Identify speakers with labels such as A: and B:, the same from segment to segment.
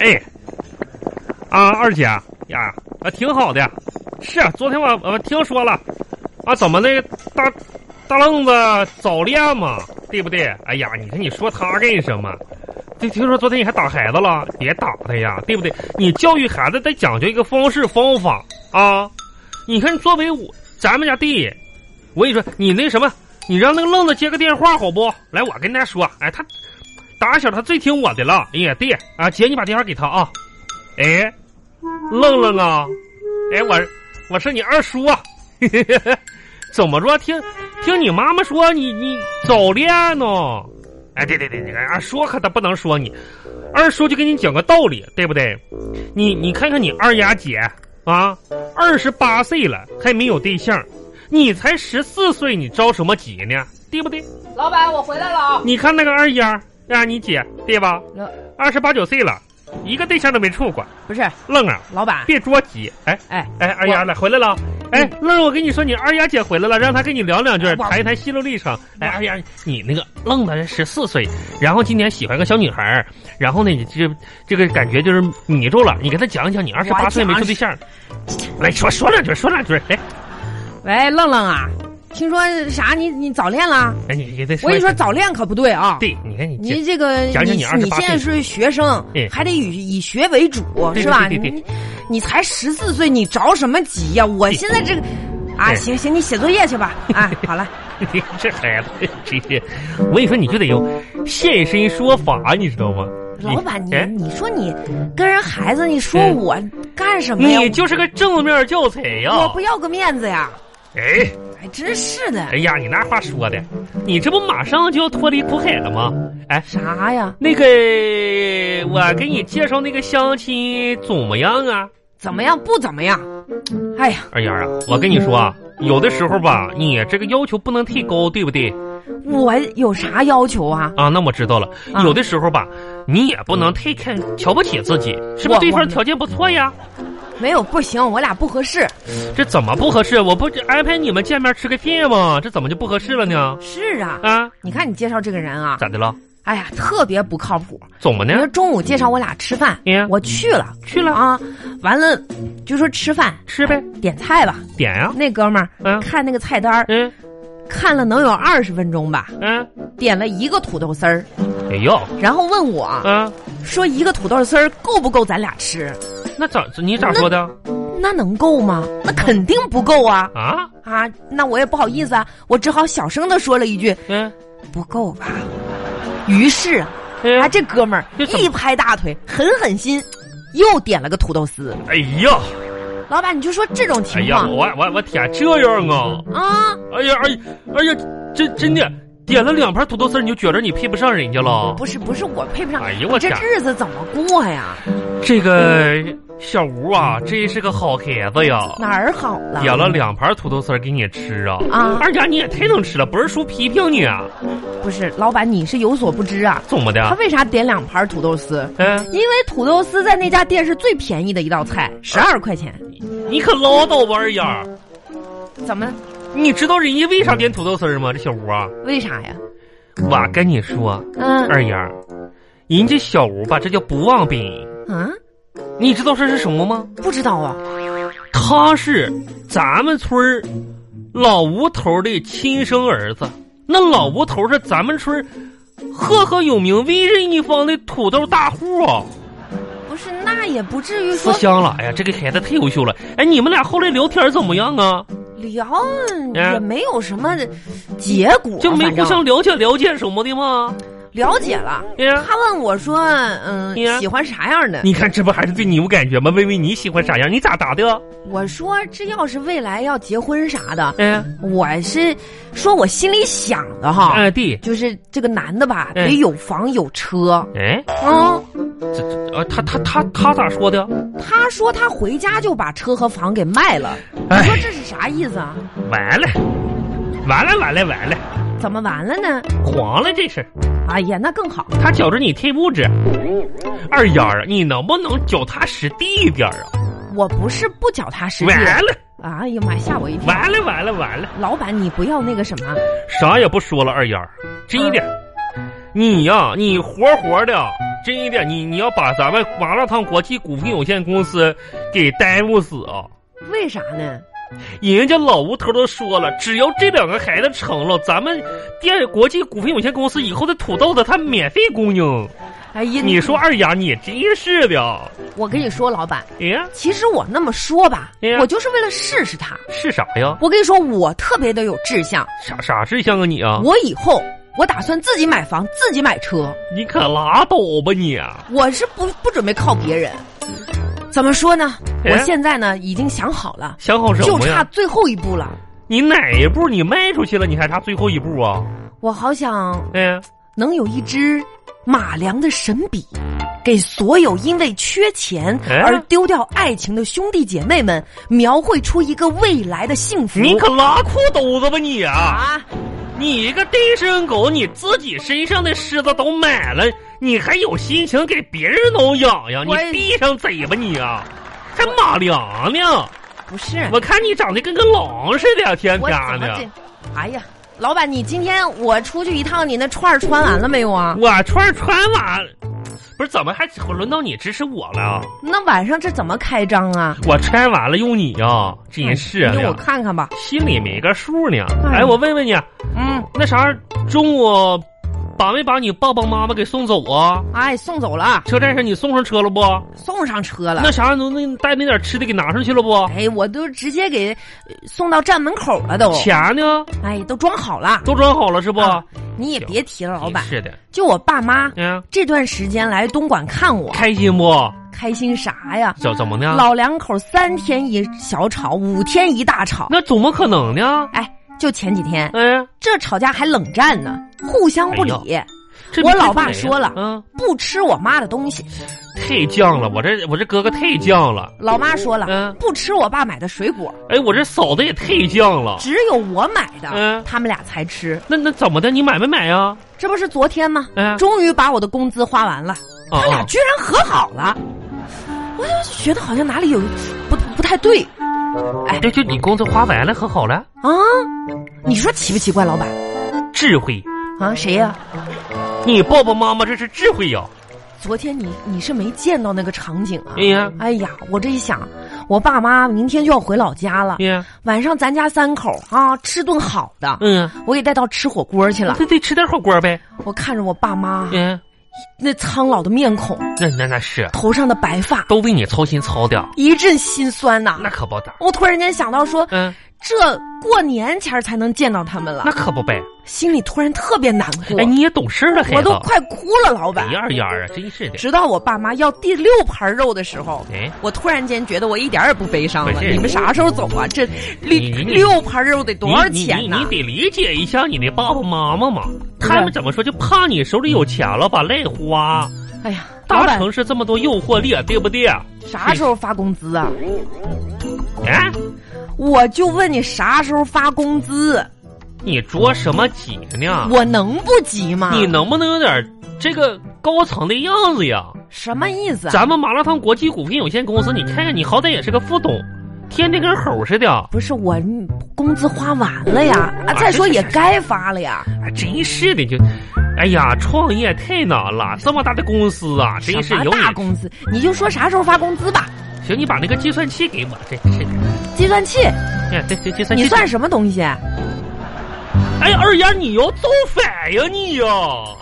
A: 哎啊二姐呀，啊，挺好的。是，啊昨天我我听说了，啊，怎么那个大大愣子早恋嘛，对不对？哎呀，你看你说他干什么？就听说昨天你还打孩子了，别打他呀，对不对？你教育孩子得讲究一个方式方法啊。你看，作为我咱们家弟，我跟你说，你那什么，你让那个愣子接个电话好不？来，我跟大家说，哎，他打小他最听我的了。哎呀，弟啊，姐，你把电话给他啊。哎，愣愣啊，哎，我我是你二叔啊。 怎么着？听听你妈妈说你你早恋呢？哎，对对对，你看二叔可他不能说你，二叔就给你讲个道理，对不对？你你看看你二丫姐啊，二十八岁了还没有对象，你才十四岁，你着什么急呢？对不对？
B: 老板，我回来了啊！
A: 你看那个二丫，啊，你姐对吧？
B: 那
A: 二十八九岁了，一个对象都没处过，
B: 不是
A: 愣啊，
B: 老板，
A: 别着急，哎
B: 哎，嗯
A: 哎，二丫来回来了。哎，愣，我跟你说，你二丫姐回来了，让她跟你聊两句，
B: 我
A: 谈一谈心路历程。哎，
B: 我
A: 二丫，你那个愣的十四岁，然后今年喜欢个小女孩儿，然后呢，你这这个感觉就是迷住了。你给她讲一讲，你二十八岁没处对象，来说说两句，说两句。哎，
B: 喂，愣愣啊，听说啥你？你早恋了？
A: 哎，你给她说。
B: 我跟你说，，早恋可不对啊！
A: 对，你看你这
B: 你这个
A: 讲
B: 你
A: 讲你28
B: 你现在是学生
A: 哎，
B: 还得以以学为主
A: 对
B: 是吧？
A: 对对对
B: 你你才十四岁，你着什么急呀？我现在这个啊，
A: 哎
B: 行行，你写作业去吧。 啊，好了，
A: 你这孩子真是，我跟你说，你就得用现身说法，你知道吗？
B: 老板，你
A: 哎
B: 你说你跟人孩子，你说
A: 嗯
B: 我干什么呀？
A: 你哦就是个正面教材呀！
B: 我不要个面子呀！
A: 哎。
B: 哎，真是的
A: 哎，呀，你那话说的，你这不马上就要脱离苦海了吗？哎，
B: 啥呀？
A: 那个，我给你介绍那个相亲怎么样啊？
B: 怎么样？不怎么样？哎呀，
A: 二丫啊，我跟你说啊，有的时候吧，你这个要求不能太高，对不对？
B: 我有啥要求啊？
A: 啊，那我知道了。
B: 啊
A: 有的时候吧，你也不能太看瞧不起自己，是不是？
B: 我
A: 对
B: 我
A: 方条件不错呀，
B: 没有，不行，我俩不合适。
A: 这怎么不合适？我不安排你们见面吃个饭吗？这怎么就不合适了呢？
B: 是啊，
A: 啊，
B: 你看你介绍这个人啊，
A: 咋的了？
B: 哎呀，特别不靠谱。
A: 怎么
B: 你
A: 呢
B: 说？中午介绍我俩吃饭
A: 嗯，
B: 我去了
A: 去了
B: 啊，完了就说吃饭
A: 吃呗，
B: 点菜吧。
A: 点呀、
B: 那哥们
A: 嗯
B: 儿看那个菜单儿，
A: 嗯
B: 看了能有二十分钟吧，
A: 嗯，
B: 点了一个土豆丝儿，
A: 哎呦，
B: 然后问我
A: 嗯。
B: 说一个土豆丝儿够不够咱俩吃？
A: 那咋你咋说的
B: 那能够吗？那肯定不够啊！
A: 啊？
B: 啊，那我也不好意思啊，我只好小声的说了一句
A: 嗯，
B: 不够吧。于是啊，啊
A: 哎
B: 这哥们儿
A: 这怎么
B: 一拍大腿，狠狠心，又点了个土豆丝。
A: 哎呀，
B: 老板，你就说这种
A: 哎
B: 情
A: 呀，
B: 况、
A: 我我我天，这样啊！
B: 啊，
A: 哎呀，哎呀哎呀，真真的点了两盘土豆丝儿，你就觉着你配不上人家了？
B: 不是不是，我配不上。
A: 哎呦我
B: 这
A: 天
B: 日子怎么过呀？
A: 这个小吴啊，真是个好孩子呀！
B: 哪儿好了？
A: 点了两盘土豆丝儿给你吃啊！
B: 啊
A: 二丫你也太能吃了，不是叔批评你啊？
B: 不是，老板你是有所不知啊，
A: 怎么
B: 他
A: 的？
B: 为啥点两盘土豆丝？
A: 嗯，
B: 因为土豆丝在那家店是最便宜的一道菜，十二块钱。
A: 你可唠叨吧，二丫！
B: 怎么？
A: 你知道人家为啥点土豆丝儿吗？这小吴啊，
B: 为啥呀？
A: 我跟你说，
B: 嗯
A: 二丫，人家小吴吧，这叫不忘本。
B: 啊，
A: 你知道这是什么吗？
B: 不知道啊。
A: 他是咱们村儿老吴头的亲生儿子。那老吴头是咱们村儿赫赫有名、威震一方的土豆大户啊！
B: 不是，那也不至于
A: 思
B: 说
A: 乡了，哎呀，这个孩子太优秀了。哎，你们俩后来聊天怎么样啊？
B: 聊
A: 嗯
B: 也没有什么结果，
A: 就没
B: 反
A: 互
B: 正
A: 相了解了解什么的吗？
B: 了解了。
A: 哎呀，
B: 他问我说：“嗯
A: 嗯，
B: 喜欢啥样的
A: 你看这不还是对你有感觉吗？问问你喜欢啥样？你咋答的？？”
B: 我说：“这要是未来要结婚啥的，
A: 哎
B: 我是说我心里想的哈，
A: 哎弟，
B: 就是这个男的吧，
A: 嗯
B: 得有房有车。
A: 哎，
B: 嗯，
A: 这这啊，他他他他咋说的？
B: 他说他回家就把车和房给卖了。你
A: 哎
B: 说这是啥意思啊？
A: 完了，完了，完了，完了，
B: 怎么完了呢？
A: 黄了这事。
B: 哎呀，那更好。
A: 他觉着你忒物质。二丫啊，你能不能脚踏实地一点啊？
B: 我不是不脚踏实地。
A: 完了，
B: 哎呀妈，吓我一跳！
A: 完了，完了，完了，
B: 老板，你不要那个什么。
A: 啥也不说了，二丫，真的，你呀、你活活的真一点，你你要把咱们麻辣烫国际股份有限公司给逮不死啊！
B: 为啥呢？
A: 人家老吴头都说了，只要这两个孩子成了，咱们电国际股份有限公司以后的土豆子他免费供应。
B: 哎呀，
A: 你说二丫，你真是的，
B: 我跟你说，老板，
A: 哎呀，
B: 其实我那么说吧
A: 哎呀，
B: 我就是为了试试他。
A: 是啥呀？
B: 我跟你说，我特别的有志向，
A: 啥啥志向啊你啊？
B: 我以后我打算自己买房，自己买车，
A: 你可拉倒吧你！啊
B: 我是不不准备靠别人。怎么说呢？
A: 哎
B: 我现在呢已经想好了，
A: 想好什
B: 就
A: 么
B: 差
A: 呀？
B: 最后一步了。
A: 你哪一步你迈出去了，你还差最后一步啊？
B: 我好想
A: 哎呀，
B: 能有一支马良的神笔，给所有因为缺钱
A: 哎
B: 而丢掉爱情的兄弟姐妹们，描绘出一个未来的幸福。
A: 你可拉裤兜子吧你啊！
B: 啊，
A: 你一个单身狗，你自己身上的虱子都买了，你还有心情给别人挠痒痒？你
B: 我也
A: 闭上嘴吧你啊！还马良呢？
B: 不是
A: 我看你长得跟个狼似的，啊天
B: 我
A: 天
B: 怎么
A: 的
B: 这。？哎呀，老板，你今天我出去一趟，你那串儿穿完了没有啊？
A: 我串儿穿完，不是怎么还轮到你支持我了？啊
B: 那晚上这怎么开张啊？嗯
A: 我穿完了用你啊，真是
B: 你给哎我
A: 的，
B: 看看吧。
A: 心里没个数呢。
B: 哎
A: 哎，我问问你，
B: 嗯，
A: 那啥，中午把没把你爸爸妈妈给送走啊？
B: 哎，送走了，
A: 车站上你送上车了不？
B: 送上车了
A: 那。啥，能那带那点吃的给拿上去了不？
B: 哎，我都直接给呃送到站门口了都。
A: 钱呢？
B: 哎，都装好了。
A: 都装好了是不？
B: 啊你也别提了，老板。
A: 是的，
B: 就我爸妈
A: 嗯，
B: 这段时间来东莞看我，
A: 开心不？
B: 开心啥呀？
A: 怎怎么呢？
B: 老两口三天一小吵，五天一大吵。
A: 那怎么可能呢？
B: 哎，就前几天
A: 哎，
B: 这吵架还冷战呢，互相不理，
A: 这
B: 我
A: 比
B: 老爸
A: 哪呀
B: 说了
A: 嗯，
B: 不吃我妈的东西。
A: 太犟了，我这我这哥哥太犟了，
B: 老妈说了，
A: 嗯，
B: 不吃我爸买的水果，
A: 哎，我这嫂子也太犟了，
B: 只有我买的，
A: 嗯
B: 他们俩才吃。
A: 那那怎么的？你买没买呀？
B: 这不是昨天吗？
A: 哎，
B: 终于把我的工资花完了，
A: 啊
B: 他俩
A: 啊
B: 居然和好了，我就觉得好像哪里有不不太对
A: 就就你工资花完了，和好了，
B: 啊！你说奇不奇怪，老板
A: 智慧，
B: 啊？谁呀、
A: 你爸爸妈妈这是智慧呀！
B: 昨天你你是没见到那个场景啊
A: 哎？呀，
B: 哎呀，我这一想，我爸妈明天就要回老家了
A: 哎，呀，
B: 晚上咱家三口啊吃顿好的，
A: 嗯，
B: 我给带到吃火锅去了。
A: 那得吃点火锅呗，
B: 我看着我爸妈
A: 嗯，
B: 那苍老的面孔，
A: 那那那是。
B: 头上的白发，
A: 都为你操心操的，
B: 一阵心酸呐。
A: 那可不咋。
B: 我突然间想到说，
A: 嗯，
B: 这过年前儿才能见到他们了
A: 那，可不呗。
B: 心里突然特别难过
A: 哎，，你也懂事了，孩
B: 我
A: 子
B: 都。快哭了，老板
A: 哎。呀呀啊，真是的。
B: 直到我爸妈要第六盘肉的时候，
A: 哎，
B: 我突然间觉得我一点儿也不悲伤
A: 不
B: 了。
A: 是
B: 你们啥时候走啊？这六
A: 哎你你
B: 六盘肉得多少钱
A: 你
B: 呢
A: 你你？得理解一下你的爸爸妈妈嘛，他们怎么说就怕你手里有钱了把累花。
B: 哎呀，老
A: 大
B: 板
A: 城市这么多诱惑力，啊对不对？
B: 啥时候发工资啊？
A: 哎，
B: 我就问你啥时候发工资？
A: 你着什么急呢？
B: 我啊能不急吗？
A: 啊你能不能有点这个高层的样子呀？
B: 什么意思啊？
A: 咱们麻辣烫国际股份有限公司，你看看你好歹也是个副董，天天跟猴似的。啊
B: 不是我嗯工资花完了呀，啊，再说也该发了呀。
A: 还真是的，就，哎呀，创业太难了，这么大的公司啊，真是
B: 什么
A: 有
B: 大
A: 你。
B: 工资？你就说啥时候发工资吧。
A: 行，你把那个计算器给我，这是的，
B: 计算器，
A: 哎，对对，计算器。
B: 你算什么东西？
A: 哎，二丫，你要造反呀你呀、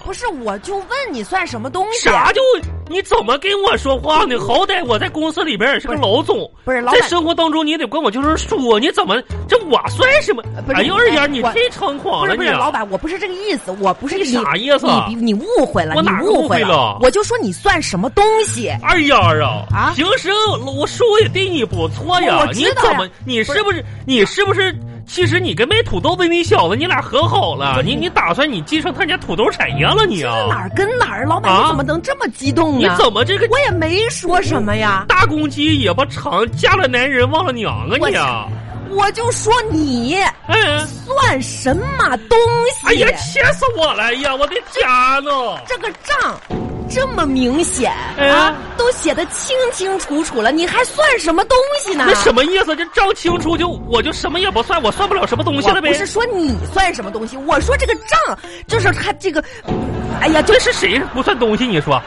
B: 不是，我就问你算什么东西？啊
A: 啥就你怎么跟我说话呢？好歹我在公司里边也是个老总，
B: 不是老
A: 在
B: 板，
A: 生活当中你得跟我就是说，你怎么这我算什么
B: 呃？不是
A: 哎呀，二丫，
B: 哎
A: 你
B: 我
A: 太猖狂
B: 不
A: 了
B: 是不
A: 你啊
B: 是！老板，我不是这个意思，我不是
A: 你
B: 你
A: 啥意思啊
B: 你你误会了，
A: 我
B: 你
A: 哪儿
B: 误
A: 误会了
B: 我就说你算什么东西？
A: 二丫啊，
B: 啊
A: 平时我说我也对你不错呀，
B: 我
A: 你
B: 知道呀
A: 怎么，你是不是，你是不是？其实你跟卖土豆的那小子，你俩和好了，你你打算你继承他家土豆产业了你
B: 哪
A: 啊？
B: 儿跟哪儿？老板，
A: 啊
B: 你怎么能这么激动
A: 你
B: 呢？
A: 怎么这个
B: 我也没说什么呀，
A: 大公鸡尾巴长，嫁了男人忘了娘啊你啊？
B: 我就说你
A: 嗯，
B: 算什么东西？
A: 哎呀，气死我了！哎呀，我的天呐！
B: 这啊个账这么明显、
A: 哎
B: 啊，都写的清清楚楚了，你还算什么东西呢？
A: 那什么意思？这账清楚就我就什么也不算，我算不了什么东西
B: 我
A: 了呗
B: 不？是说你算什么东西，我说这个账就是他这个，哎呀，就
A: 这是谁不算东西？你说，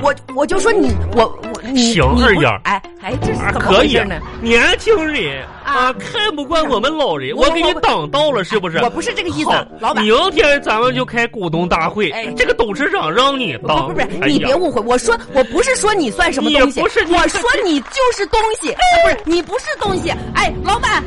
B: 我我就说你，我我你
A: 行
B: 你
A: 二
B: 不
A: 丫儿
B: 哎哎，这
A: 啊
B: 是怎么
A: 可
B: 回
A: 以
B: 事呢？，
A: 年轻人啊，看不惯我们老人，
B: 我
A: 我给你挡到了是不是？
B: 我不是这个意思
A: 好，
B: 老板
A: 明天咱们就开股东大会
B: 哎，
A: 这个董事长让你
B: 不
A: 当。
B: 不不是，
A: 哎
B: 你
A: 呀
B: 别误会，我说我不是说你算什么
A: 你
B: 东西，
A: 不是你
B: 啊我说你就是东西，不是你不是东西。哎，老板，